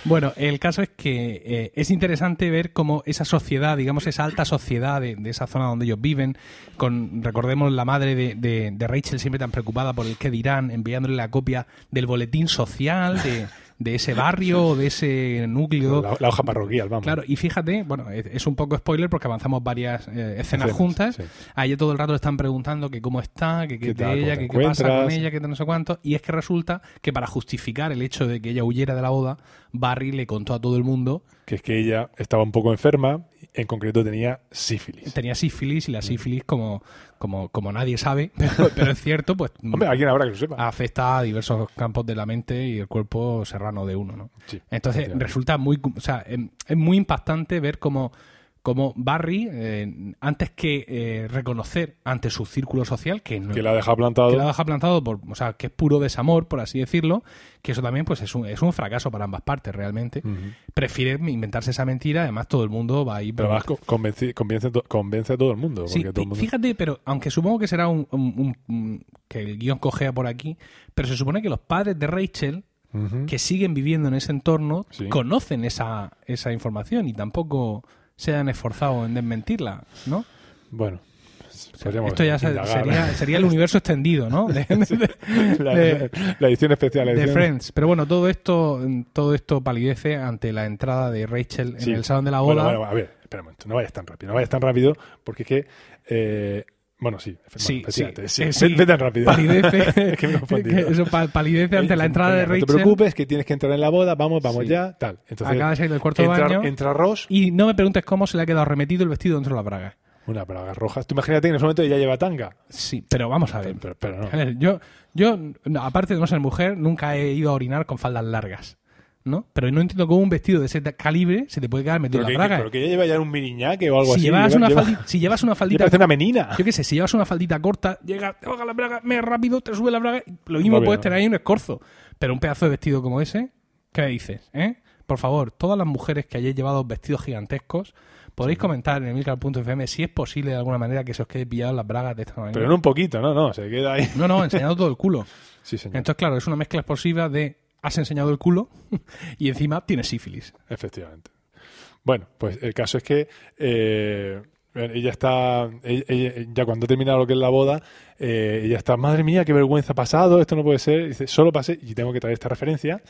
Speaker 1: Bueno, el caso es que eh, es interesante ver cómo esa sociedad, digamos, esa alta sociedad de, de esa zona donde ellos viven, con, recordemos, la madre de, de- de Rachel siempre tan preocupada por el que dirán, enviándole la copia del boletín social de, de ese barrio, de ese núcleo.
Speaker 2: La, la hoja parroquial, vamos.
Speaker 1: Claro, y fíjate, bueno, es, es un poco spoiler porque avanzamos varias eh, escenas
Speaker 2: Escenas,
Speaker 1: juntas.
Speaker 2: sí.
Speaker 1: A ella todo el rato le están preguntando que cómo está, que qué de
Speaker 2: ¿Qué tal? ¿Cómo
Speaker 1: ella,
Speaker 2: te
Speaker 1: que qué pasa con
Speaker 2: encuentras?
Speaker 1: ella, que no sé cuánto. Y es que resulta que para justificar el hecho de que ella huyera de la boda, Barry le contó a todo el mundo
Speaker 2: Que es que ella estaba un poco enferma, en concreto tenía sífilis.
Speaker 1: tenía sífilis y
Speaker 2: Mm.
Speaker 1: la sífilis, como, como, como nadie sabe, pero, pero es cierto, pues
Speaker 2: Hombre, alguien habrá que lo
Speaker 1: Ah.
Speaker 2: sepa.
Speaker 1: afecta a diversos campos de la mente y el cuerpo serrano de uno, ¿no?
Speaker 2: Sí,
Speaker 1: Entonces
Speaker 2: efectivamente.
Speaker 1: resulta muy, cu- o sea, em- es muy impactante ver cómo, cómo Barry, eh, antes que eh, reconocer ante su círculo social, que no,
Speaker 2: que la deja plantado.
Speaker 1: que la deja plantado, por, o sea, que es puro desamor, por así decirlo, que eso también pues es un, es un fracaso para ambas partes realmente,
Speaker 2: Ujú.
Speaker 1: prefiere inventarse esa mentira, además todo el mundo va ahí...
Speaker 2: Pero vas co- convenci- convence, a to- convence a todo el mundo.
Speaker 1: Sí,
Speaker 2: porque todo el
Speaker 1: y
Speaker 2: mundo-
Speaker 1: fíjate, pero aunque supongo que será un, un- un- un- que el guión cojea por aquí, pero se supone que los padres de Rachel
Speaker 2: Ujú.
Speaker 1: que siguen viviendo en ese entorno
Speaker 2: Sí.
Speaker 1: conocen esa, esa información y tampoco se han esforzado en desmentirla, ¿no?
Speaker 2: Bueno, pues podríamos
Speaker 1: Esto ya se-
Speaker 2: indagar.
Speaker 1: sería, sería el universo extendido, ¿no? De, de-
Speaker 2: la,
Speaker 1: de-
Speaker 2: la edición especial. La
Speaker 1: de
Speaker 2: edición...
Speaker 1: Friends. Pero bueno, todo esto, todo esto palidece ante la entrada de Rachel
Speaker 2: Sí.
Speaker 1: en el salón de la
Speaker 2: Bueno,
Speaker 1: boda.
Speaker 2: bueno, a ver, espera un momento, no vayas tan rápido, no vayas tan rápido, porque es que. eh, bueno, sí, bueno,
Speaker 1: Sí, sí,
Speaker 2: efectivamente, sí,
Speaker 1: eh, sí.
Speaker 2: Ve- ve tan rápido.
Speaker 1: Palidece,
Speaker 2: Es que me he confundido.
Speaker 1: que eso, pa- palidece ante la
Speaker 2: Eh,
Speaker 1: entrada de
Speaker 2: venga,
Speaker 1: Rachel.
Speaker 2: No te preocupes, que tienes que entrar en la boda, vamos, vamos
Speaker 1: Sí.
Speaker 2: ya, tal. Entonces,
Speaker 1: Acaba de salir del cuarto
Speaker 2: entra,
Speaker 1: baño.
Speaker 2: entra Ross,
Speaker 1: Y no me preguntes cómo se le ha quedado remetido el vestido dentro de la braga.
Speaker 2: una braga roja. Tú imagínate que en ese momento ella lleva tanga.
Speaker 1: Sí, pero vamos a ver.
Speaker 2: Pero, pero no.
Speaker 1: A ver, yo, yo no, aparte de no ser mujer, nunca he ido a orinar con faldas largas. ¿No? Pero no entiendo cómo un vestido de ese ta- calibre se te puede quedar metido
Speaker 2: Pero
Speaker 1: en
Speaker 2: que,
Speaker 1: la braga. eh.
Speaker 2: pero que ella lleva ya un miriñaque o algo
Speaker 1: si,
Speaker 2: así.
Speaker 1: llevas
Speaker 2: lleva-
Speaker 1: una
Speaker 2: lleva-
Speaker 1: faldi- si llevas una
Speaker 2: ella
Speaker 1: faldita.
Speaker 2: parece una menina.
Speaker 1: Yo qué sé, si llevas una faldita corta, llega, te baja la braga, me rápido, te sube la braga. y Lo mismo
Speaker 2: No,
Speaker 1: puedes
Speaker 2: no.
Speaker 1: tener ahí un escorzo. Pero un pedazo de vestido como ese, ¿qué me dices? eh? Por favor, todas las mujeres que hayáis llevado vestidos gigantescos, podéis comentar en emilcar.fm si es posible de alguna manera que se os quede pillado las bragas de esta manera.
Speaker 2: Pero no un poquito, no, no, se queda ahí.
Speaker 1: no, no, enseñando todo el culo.
Speaker 2: Sí, señor.
Speaker 1: Entonces, claro, es una mezcla explosiva de has enseñado el culo y encima tienes sífilis.
Speaker 2: Efectivamente. Bueno, pues el caso es que eh, ella está, ella- ella- ya cuando ha terminado lo que es la boda, eh, ella está, madre mía, qué vergüenza ha pasado, esto no puede ser. Y dice, solo pasé, y tengo que traer esta referencia,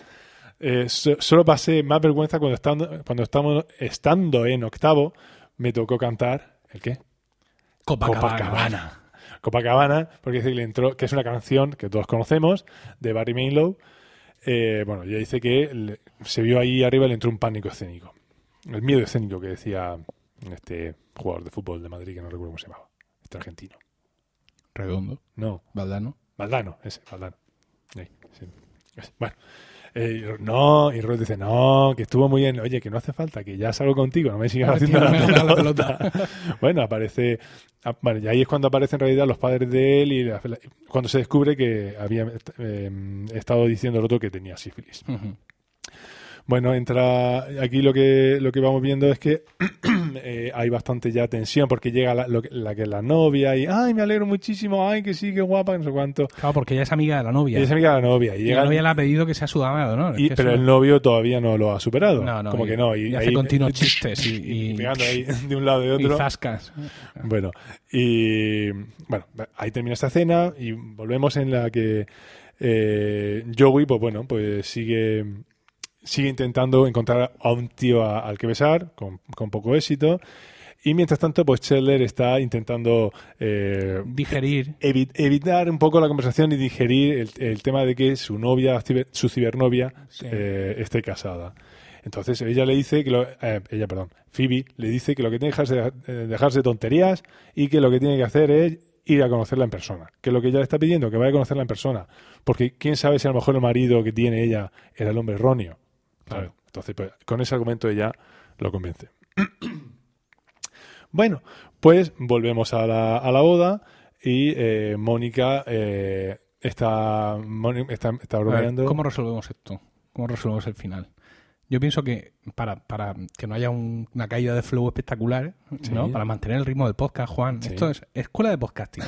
Speaker 2: eh, so- solo pasé más vergüenza cuando estando, cuando estamos estando en octavo, me tocó cantar, ¿el qué?
Speaker 1: Copacabana.
Speaker 2: Copacabana. Copacabana, porque dice que le entró, que es una canción que todos conocemos, de Barry Manilow. Eh, bueno, ella dice que le- se vio ahí arriba y le entró un pánico escénico. El miedo escénico que decía este jugador de fútbol de Madrid, que no recuerdo cómo se llamaba. Este argentino.
Speaker 1: Redondo,
Speaker 2: No,
Speaker 1: Valdano.
Speaker 2: Valdano, ese, Valdano. Ahí, sí, ese. Bueno. Eh, y Ro- no, y Ross dice, no, que estuvo muy bien. Oye, que no hace falta, que ya salgo contigo, no me sigas haciendo la
Speaker 1: Tío,
Speaker 2: pelota.
Speaker 1: la pelota.
Speaker 2: Bueno, aparece. ah, Bueno, y ahí es cuando aparecen en realidad los padres de él y la- la- cuando se descubre que había eh, estado diciendo el otro que tenía sífilis.
Speaker 1: Ujú.
Speaker 2: Bueno, entra. Aquí lo que, lo que vamos viendo es que eh, hay bastante ya tensión porque llega la, lo que- la que es la novia y. ¡Ay, me alegro muchísimo! ¡Ay, que sí, qué guapa! que No sé cuánto.
Speaker 1: Claro, porque ella es amiga de la novia.
Speaker 2: Y se amiga de la novia.
Speaker 1: Y
Speaker 2: Y
Speaker 1: la
Speaker 2: llega.
Speaker 1: novia le ha pedido que sea su dama de honor.
Speaker 2: y-
Speaker 1: Es que
Speaker 2: pero
Speaker 1: eso-
Speaker 2: el novio todavía no lo ha superado.
Speaker 1: No, no,
Speaker 2: Como
Speaker 1: y-
Speaker 2: que no. Y,
Speaker 1: y hace
Speaker 2: ahí-
Speaker 1: continuos chistes y- y-
Speaker 2: pegando ahí de un lado y de
Speaker 1: y
Speaker 2: otro.
Speaker 1: zascas.
Speaker 2: Bueno, y bueno, ahí termina esta cena y volvemos en la que eh, Joey, pues bueno, pues sigue, sigue intentando encontrar a un tío a- al que besar, con, con poco éxito. Y mientras tanto, pues Scheller está intentando eh,
Speaker 1: Digerir.
Speaker 2: evi- evitar un poco la conversación y digerir el, el tema de que su novia, ciber- su cibernovia,
Speaker 1: Sí.
Speaker 2: eh, esté casada. Entonces ella le dice que lo- eh, ella, perdón, Phoebe le dice que lo que tiene que dejarse, eh, dejarse tonterías y que lo que tiene que hacer es ir a conocerla en persona. Que lo que ella le está pidiendo, que vaya a conocerla en persona. Porque quién sabe si a lo mejor el marido que tiene ella era el hombre erróneo. ¿sabes? Entonces, pues, con ese argumento ella lo convence. bueno, pues volvemos a la, a la boda y eh, Mónica eh, está, Moni- está, está
Speaker 1: A ver,
Speaker 2: bromeando.
Speaker 1: ¿Cómo resolvemos esto? ¿Cómo resolvemos el final? Yo pienso que para, para que no haya un- una caída de flow espectacular,
Speaker 2: Sí.
Speaker 1: ¿no? Para mantener el ritmo del podcast, Juan,
Speaker 2: Sí.
Speaker 1: esto es escuela de podcasting.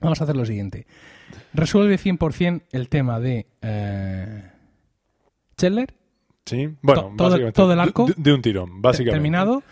Speaker 1: Vamos a hacer lo siguiente. Resuelve 100% el tema de eh, Chandler,
Speaker 2: Sí, bueno,
Speaker 1: to- todo-
Speaker 2: básicamente,
Speaker 1: todo el arco.
Speaker 2: De, de un tirón,
Speaker 1: te-
Speaker 2: básicamente.
Speaker 1: terminado.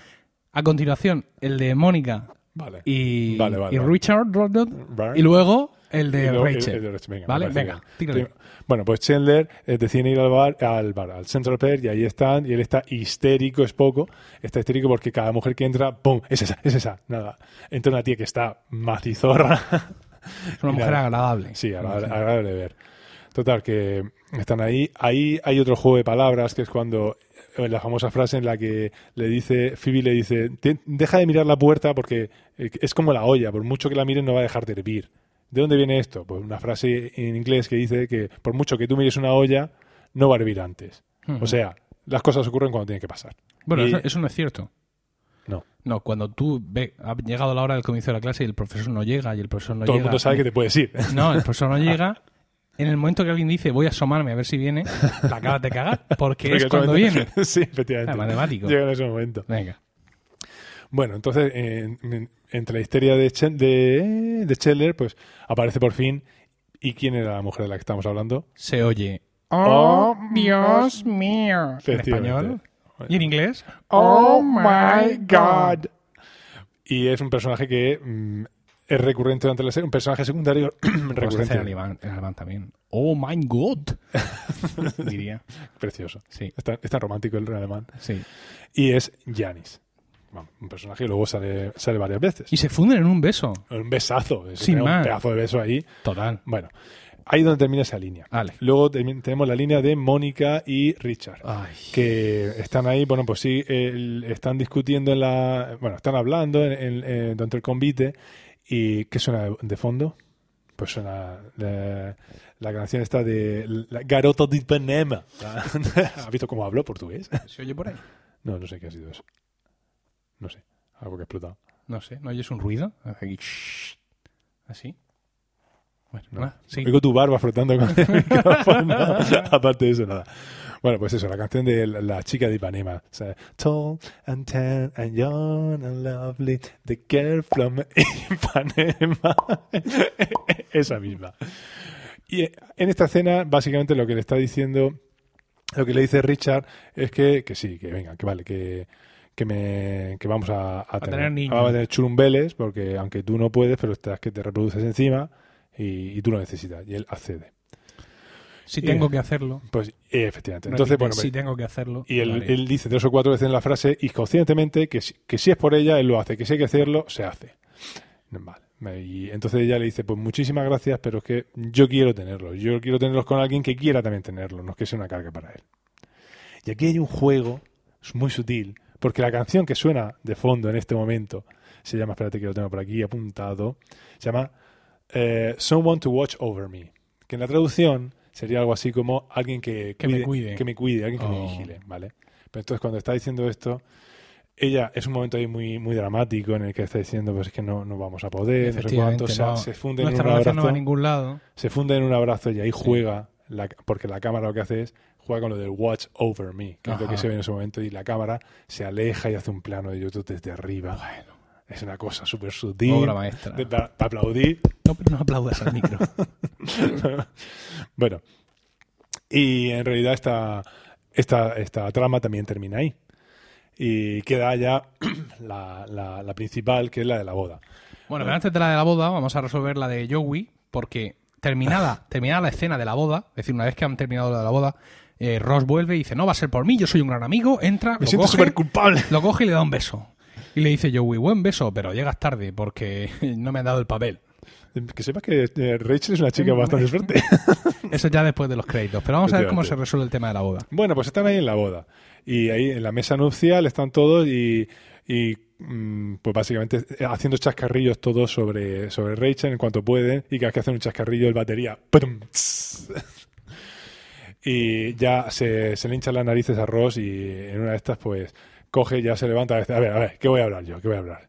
Speaker 1: A continuación, el de Mónica
Speaker 2: Vale.
Speaker 1: y,
Speaker 2: Vale, vale,
Speaker 1: y
Speaker 2: vale.
Speaker 1: Richard,
Speaker 2: Vale.
Speaker 1: y luego el de
Speaker 2: Y luego el-
Speaker 1: Rachel.
Speaker 2: el de Rachel, venga,
Speaker 1: ¿Vale?
Speaker 2: me parece
Speaker 1: Venga,
Speaker 2: bien.
Speaker 1: tírale.
Speaker 2: Tira- Bueno, pues Chandler eh, decide ir al bar, al bar, al Central Perk, y ahí están, y él está histérico, es poco. Está histérico porque cada mujer que entra, ¡pum! Es esa, es esa, nada. Entra una tía que está macizorra.
Speaker 1: Es una
Speaker 2: y
Speaker 1: mujer
Speaker 2: nada.
Speaker 1: agradable.
Speaker 2: Sí, agra-
Speaker 1: Una mujer-
Speaker 2: agradable, de ver. Total, que están ahí. Ahí hay otro juego de palabras que es cuando eh, la famosa frase en la que le dice, Phoebe le dice, "Te- deja de mirar la puerta porque eh, es como la olla, por mucho que la mires no va a dejar de hervir. ¿De dónde viene esto? Pues una frase en inglés que dice que por mucho que tú mires una olla, no va a hervir antes.
Speaker 1: Ujú.
Speaker 2: Ah, O sea, las cosas ocurren cuando tienen que pasar.
Speaker 1: Bueno,
Speaker 2: Y-
Speaker 1: eso, eso no es cierto.
Speaker 2: No.
Speaker 1: No, cuando tú ve, ha llegado la hora del comienzo de la clase y el profesor no llega y el profesor no
Speaker 2: Todo el
Speaker 1: llega.
Speaker 2: mundo sabe que te puedes ir.
Speaker 1: No, el profesor no llega. En el momento que alguien dice voy a asomarme a ver si viene, la acabas de cagar porque,
Speaker 2: Porque
Speaker 1: es cuando
Speaker 2: solamente-
Speaker 1: viene.
Speaker 2: sí, efectivamente.
Speaker 1: Ah, matemático.
Speaker 2: Llega en ese momento.
Speaker 1: Venga.
Speaker 2: Bueno, entonces, en- en- entre la histeria de, Chen- de, de Scheller, pues aparece por fin. ¿Y quién era la mujer de la que estamos hablando?
Speaker 1: Se oye.
Speaker 2: Oh,
Speaker 1: Dios mío. En
Speaker 2: Efectivamente. Oh,
Speaker 1: español. ¿Y en inglés? Oh
Speaker 2: Y es un personaje que mm, es recurrente durante la serie, un personaje secundario
Speaker 1: Como se dice en
Speaker 2: recurrente.
Speaker 1: alemán, en alemán también. Oh my god. Diría.
Speaker 2: Precioso.
Speaker 1: Sí,
Speaker 2: Es tan, es tan romántico el alemán.
Speaker 1: sí.
Speaker 2: Y es Janis. Vamos, Un personaje que luego sale, sale varias veces.
Speaker 1: Y se funden en un beso.
Speaker 2: Un besazo. es
Speaker 1: Sin
Speaker 2: un
Speaker 1: más.
Speaker 2: pedazo de beso ahí.
Speaker 1: Total.
Speaker 2: Bueno, ahí es donde termina esa línea.
Speaker 1: Vale.
Speaker 2: Luego también tenemos la línea de Mónica y Richard.
Speaker 1: Ay.
Speaker 2: que están ahí, bueno, pues sí, el- están discutiendo en la. Bueno, están hablando en, en- eh, durante el convite. ¿Y qué suena de, de fondo? Pues suena la, la canción esta de la Garota de Ipanema. ¿Has visto cómo habló portugués?
Speaker 1: ¿Se oye por ahí?
Speaker 2: No, no sé qué ha sido eso. No sé, algo que ha explotado.
Speaker 1: No sé, ¿no oyes un ruido? Aquí, shhh. ¿Así? Bueno,
Speaker 2: No.
Speaker 1: nada, sí.
Speaker 2: Oigo tu barba frotando con el micrófono. Aparte de eso, nada. Bueno, pues eso, la canción de la, la chica de Ipanema. O sea, Tall and tan and young and lovely, the girl from Ipanema. Esa misma. Y eh, en esta escena, básicamente lo que le está diciendo, lo que le dice Richard es que, que sí, que venga, que vale, que, que, me, que vamos a, a
Speaker 1: tener niños.
Speaker 2: Vamos a tener churumbeles, porque aunque tú no puedes, pero estás que te reproduces encima y, y tú lo necesitas. Y él accede.
Speaker 1: Si
Speaker 2: y-
Speaker 1: tengo que hacerlo.
Speaker 2: Pues eh, efectivamente. Entonces,
Speaker 1: repite,
Speaker 2: bueno,
Speaker 1: si tengo que hacerlo.
Speaker 2: y
Speaker 1: lo
Speaker 2: él,
Speaker 1: haré.
Speaker 2: él dice tres o cuatro veces en la frase inconscientemente que si, que si es por ella, él lo hace, que si hay que hacerlo, se hace. Vale. Me- Y entonces ella le dice, pues muchísimas gracias, pero es que yo quiero tenerlos. Yo quiero tenerlos con alguien que quiera también tenerlos, no es que sea una carga para él. Y aquí hay un juego es muy sutil, porque la canción que suena de fondo en este momento se llama, espérate que lo tengo por aquí apuntado, se llama eh, Someone to Watch Over Me, que en la traducción sería algo así como alguien que,
Speaker 1: Que me cuide.
Speaker 2: que me cuide, alguien que me
Speaker 1: Oh.
Speaker 2: vigile, ¿vale? Pero entonces cuando está diciendo esto, ella es un momento ahí muy, muy dramático en el que está diciendo, pues es que no, no vamos a poder, no sé
Speaker 1: Efectivamente,
Speaker 2: cuánto, o sea,
Speaker 1: no.
Speaker 2: se funde en un
Speaker 1: Nuestra relación no va a
Speaker 2: abrazo
Speaker 1: ningún lado.
Speaker 2: se funde en un abrazo y ahí juega, la- porque la cámara lo que hace es juega con lo del watch over me, que es lo
Speaker 1: Ajá.
Speaker 2: que se ve en ese momento, y la cámara se aleja y hace un plano de YouTube desde arriba. es una cosa súper sutil.
Speaker 1: Obra maestra.
Speaker 2: de- Para para aplaudir.
Speaker 1: No, pero no aplaudas al micro.
Speaker 2: bueno, y en realidad esta, esta, esta trama también termina ahí. Y queda ya la, la- la principal, que es la de la boda.
Speaker 1: Bueno, pero antes de la de la boda, vamos a resolver la de Joey, porque terminada, terminada la escena de la boda, es decir, una vez que han terminado la de la boda, eh, Ross vuelve y dice, no, va a ser por mí, yo soy un gran amigo, entra,
Speaker 2: Me
Speaker 1: lo
Speaker 2: siento
Speaker 1: coge,
Speaker 2: súper culpable.
Speaker 1: Lo coge y le da un beso. Y le dice Joey, buen beso, pero llegas tarde porque no me han dado el papel.
Speaker 2: Que sepas que eh, Rachel es una chica bastante fuerte.
Speaker 1: Eso ya después de los créditos. Pero vamos a ver cómo se resuelve el tema de la boda.
Speaker 2: Bueno, pues están ahí en la boda. Y ahí en la mesa nupcial están todos y, y, mm, pues básicamente haciendo chascarrillos todos sobre, sobre Rachel en cuanto pueden. Y cada vez que hacen un chascarrillo el batería. ¡pum! tss. y ya se, se le hinchan las narices a Ross y en una de estas pues coge, ya se levanta. A ver, a ver, ¿qué voy a hablar yo? ¿Qué voy a hablar?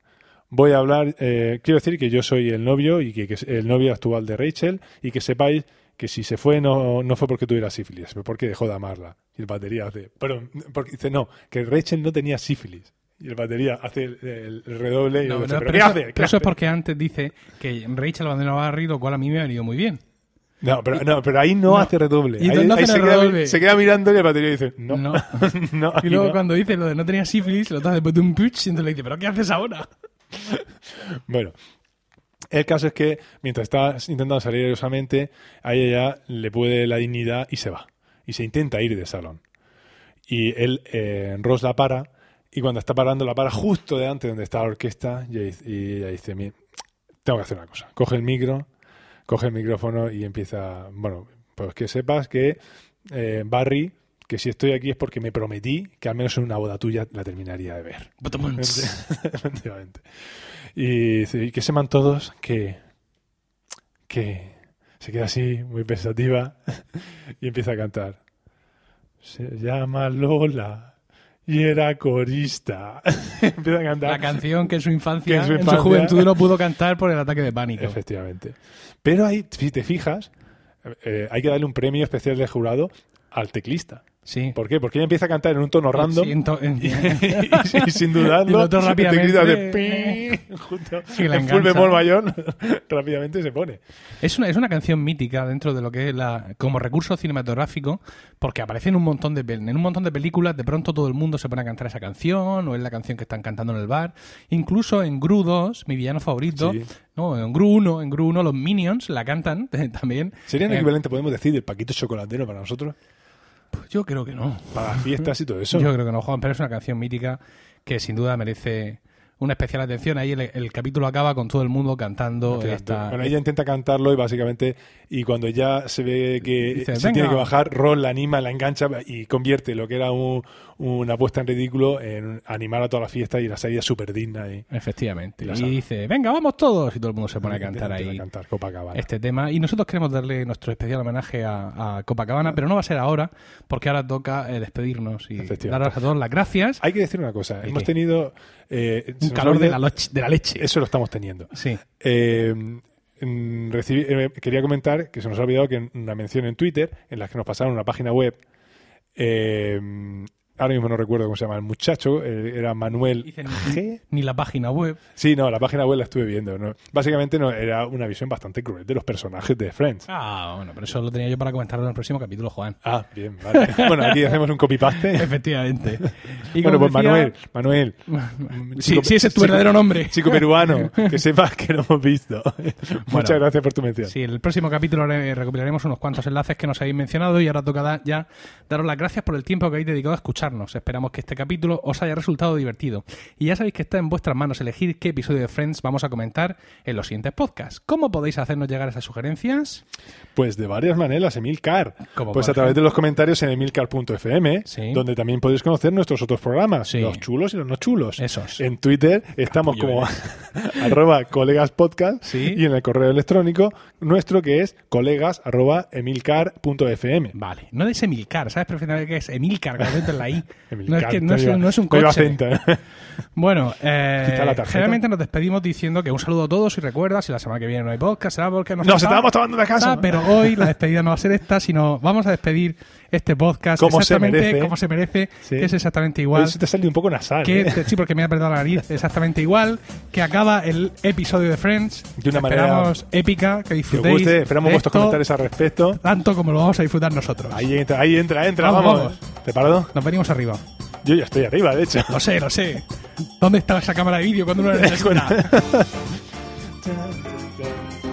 Speaker 2: Voy a hablar, eh, quiero decir que yo soy el novio y que, que es el novio actual de Rachel y que sepáis que si se fue no, no fue porque tuviera sífilis, fue porque dejó de amarla. Y el batería hace, pero porque dice, no, que Rachel no tenía sífilis. Y el batería hace el, el- el redoble y
Speaker 1: No,
Speaker 2: dice,
Speaker 1: no, pero
Speaker 2: pero, ¿qué
Speaker 1: eso,
Speaker 2: hace?
Speaker 1: pero
Speaker 2: ¿Qué
Speaker 1: eso es
Speaker 2: hace?".
Speaker 1: porque antes dice que Rachel abandonó a Barry, lo cual a mí me ha venido muy bien.
Speaker 2: No, pero, no, pero ahí no, hace redoble.
Speaker 1: Y
Speaker 2: Ahí,
Speaker 1: no
Speaker 2: ahí
Speaker 1: hacen
Speaker 2: se,
Speaker 1: el
Speaker 2: queda,
Speaker 1: redoble.
Speaker 2: se queda mirando y el batería dice, no,
Speaker 1: No.
Speaker 2: no, aquí
Speaker 1: Y luego
Speaker 2: no.
Speaker 1: cuando dice lo de no tenía sífilis, lo hace después de un puch, y entonces le dice, ¿pero qué haces ahora?
Speaker 2: Bueno, el caso es que mientras está intentando salir airosamente, a ella ya le puede la dignidad y se va. Y se intenta ir del salón. Y él, eh, Ross la para, y cuando está parando, la para justo delante donde está la orquesta, y, dice- y ella dice, "Mi- tengo que hacer una cosa. Coge el micro, coge el micrófono y empieza, bueno, pues que sepas que eh, Barry, que si estoy aquí es porque me prometí que al menos en una boda tuya la terminaría de ver. Efectivamente. Y dice, "¿Y que sepan todos que, que se queda así, muy pensativa, y empieza a cantar. Se llama Lola y era corista. empieza a
Speaker 1: La
Speaker 2: cantar.
Speaker 1: canción que en su infancia,
Speaker 2: Que en su
Speaker 1: en su
Speaker 2: infancia-
Speaker 1: juventud no pudo cantar por el ataque de pánico.
Speaker 2: Efectivamente. Pero ahí, si te fijas, eh, hay que darle un premio especial de jurado al teclista.
Speaker 1: Sí.
Speaker 2: ¿Por qué? Porque ella empieza a cantar en un tono random.
Speaker 1: Sí, ento- en-
Speaker 2: y, y- y sin dudarlo,
Speaker 1: Y el otro
Speaker 2: te
Speaker 1: rápidamente-
Speaker 2: grita de pi, junto,
Speaker 1: Y la
Speaker 2: en full
Speaker 1: engancha.
Speaker 2: bemol mayor, rápidamente se pone.
Speaker 1: Es una, es una canción mítica dentro de lo que es la como recurso cinematográfico, porque aparece en un montón de pel- en un montón de películas, de pronto todo el mundo se pone a cantar esa canción, o es la canción que están cantando en el bar. Incluso en Gru 2, mi villano favorito,
Speaker 2: Sí.
Speaker 1: no, en Gru 1, en Gru 1 los Minions la cantan también.
Speaker 2: ¿Sería un
Speaker 1: Eh,
Speaker 2: equivalente, podemos decir, del paquito chocolatero para nosotros?
Speaker 1: pues yo creo que no.
Speaker 2: Para las fiestas y todo eso.
Speaker 1: Yo creo que no, Juan, pero es una canción mítica que sin duda merece una especial atención. Ahí el, el capítulo acaba con todo el mundo cantando
Speaker 2: Fíjate.
Speaker 1: esta-
Speaker 2: Bueno, ella intenta cantarlo y básicamente, y cuando ya se ve que
Speaker 1: Dice,
Speaker 2: se tiene
Speaker 1: "Venga".
Speaker 2: que bajar, Ron la anima, la engancha y convierte lo que era un- una puesta en ridículo en animar a toda la fiesta y la salida súper digna. Y,
Speaker 1: Efectivamente.
Speaker 2: Y la
Speaker 1: Y
Speaker 2: sala.
Speaker 1: dice, venga, vamos todos. Y todo el mundo se pone a cantar
Speaker 2: Empieza
Speaker 1: ahí
Speaker 2: A cantar Copacabana.
Speaker 1: este tema. Y nosotros queremos darle nuestro especial homenaje a, a Copacabana, pero no va a ser ahora, porque ahora toca eh, despedirnos y
Speaker 2: Efectivamente.
Speaker 1: daros a todos las gracias.
Speaker 2: Hay que decir una cosa,
Speaker 1: ¿El
Speaker 2: hemos
Speaker 1: qué?
Speaker 2: tenido... eh, se
Speaker 1: Un
Speaker 2: nos
Speaker 1: calor
Speaker 2: olvida-
Speaker 1: de la, loch- de la leche.
Speaker 2: Eso lo estamos teniendo.
Speaker 1: Sí.
Speaker 2: Eh, mm, recibí- eh, quería comentar que se nos ha olvidado que en una mención en Twitter, en las que nos pasaron una página web, eh, ahora mismo no recuerdo cómo se llama el muchacho, eh, era Manuel
Speaker 1: Dicen-
Speaker 2: G.
Speaker 1: Ni la página web.
Speaker 2: Sí, no, la página web la estuve viendo. ¿no? Básicamente no, era una visión bastante cruel de los personajes de Friends.
Speaker 1: Ah, bueno, pero eso lo tenía yo para comentarlo en el próximo capítulo, Juan.
Speaker 2: Ah, bien, vale. bueno, aquí hacemos un copy-paste.
Speaker 1: Efectivamente. Y
Speaker 2: Bueno,
Speaker 1: como
Speaker 2: pues
Speaker 1: decía-
Speaker 2: Manuel, Manuel.
Speaker 1: Sí,
Speaker 2: Chico-
Speaker 1: sí, ese es tu
Speaker 2: chico-
Speaker 1: verdadero nombre.
Speaker 2: Chico peruano, que sepas que lo hemos visto. Muchas gracias por tu mención.
Speaker 1: Sí, en el próximo capítulo re- recopilaremos unos cuantos enlaces que nos habéis mencionado y ahora toca da- ya daros las gracias por el tiempo que habéis dedicado a escucharnos. Esperamos que este capítulo os haya resultado divertido. Y ya sabéis que está en vuestras manos elegir qué episodio de Friends vamos a comentar en los siguientes podcasts. ¿Cómo podéis hacernos llegar esas sugerencias?
Speaker 2: Pues de varias maneras, Emilcar.
Speaker 1: Como
Speaker 2: Pues
Speaker 1: por
Speaker 2: a través de los comentarios en emilcar.fm,
Speaker 1: Sí.
Speaker 2: donde también podéis conocer nuestros otros programas,
Speaker 1: Sí. Ah,
Speaker 2: los chulos y los no chulos.
Speaker 1: Esos.
Speaker 2: En Twitter estamos
Speaker 1: Capullo
Speaker 2: como arroba colegas podcast
Speaker 1: pues Sí.
Speaker 2: y en el correo electrónico nuestro que es colegas arroba emilcar.fm.
Speaker 1: Vale, no es Emilcar, ¿sabes perfectamente que es Emilcar? Que lo meto en la I. no, es
Speaker 2: Emilcar,
Speaker 1: que, no, es,
Speaker 2: lleva-
Speaker 1: no es un
Speaker 2: no lleva
Speaker 1: coche. Ah,
Speaker 2: acento, ¿eh?
Speaker 1: Bueno, eh,
Speaker 2: Quita la tarjeta.
Speaker 1: generalmente nos despedimos diciendo que un saludo a todos y recuerda, si la semana que viene no hay podcast, será porque nos,
Speaker 2: Nos
Speaker 1: faltaba-
Speaker 2: estábamos tomando una casa.
Speaker 1: Ah, pero hoy la despedida no va a ser esta, sino vamos a despedir este podcast
Speaker 2: Como se
Speaker 1: exactamente
Speaker 2: merece.
Speaker 1: como se merece,
Speaker 2: Sí.
Speaker 1: que es exactamente igual.
Speaker 2: Eso te ha salido un poco nasal.
Speaker 1: Que, este,
Speaker 2: ¿eh?
Speaker 1: sí, porque me ha perdido la nariz, exactamente igual, que acaba el episodio de Friends.
Speaker 2: De una manera
Speaker 1: esperamos épica, que
Speaker 2: Que os
Speaker 1: disfrutéis.
Speaker 2: guste, esperamos
Speaker 1: de
Speaker 2: vuestros
Speaker 1: esto
Speaker 2: comentarios al respecto.
Speaker 1: Tanto como lo vamos a disfrutar nosotros.
Speaker 2: Ahí entra, ahí entra, entra,
Speaker 1: Vamos,
Speaker 2: vamos. ¿Te paro?
Speaker 1: Nos venimos arriba.
Speaker 2: Yo ya estoy arriba, de hecho.
Speaker 1: Lo sé, lo sé. ¿Dónde estaba esa cámara de vídeo cuando uno la necesita?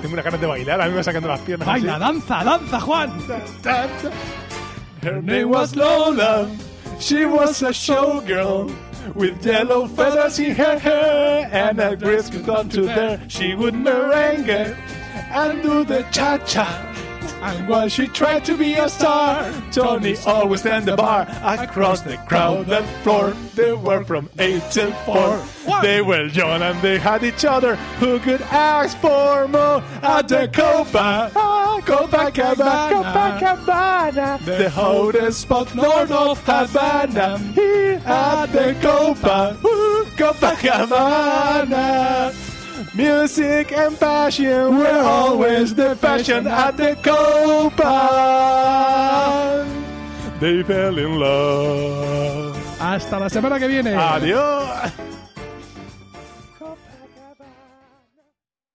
Speaker 2: Tengo unas ganas de bailar, a mí me sacando las piernas.
Speaker 1: ¡Baila, danza, danza, Juan!
Speaker 2: así. Her name was Lola. She was a showgirl with yellow feathers in her hair and a dress cut down to there. She would merengue and do the cha cha. And while she tried to be a star, Tony always stand the bar. Across the crowded floor, they were from 8 till 4. They were young and they had each other. Who could ask for more? At the Copa, ah, Copacabana, Copacabana, the hottest spot north of Havana. Here at the Copa, ooh, Copacabana. Music and passion, we're always the fashion at the Copa. They fell in love.
Speaker 1: Hasta la semana que viene.
Speaker 2: Adiós.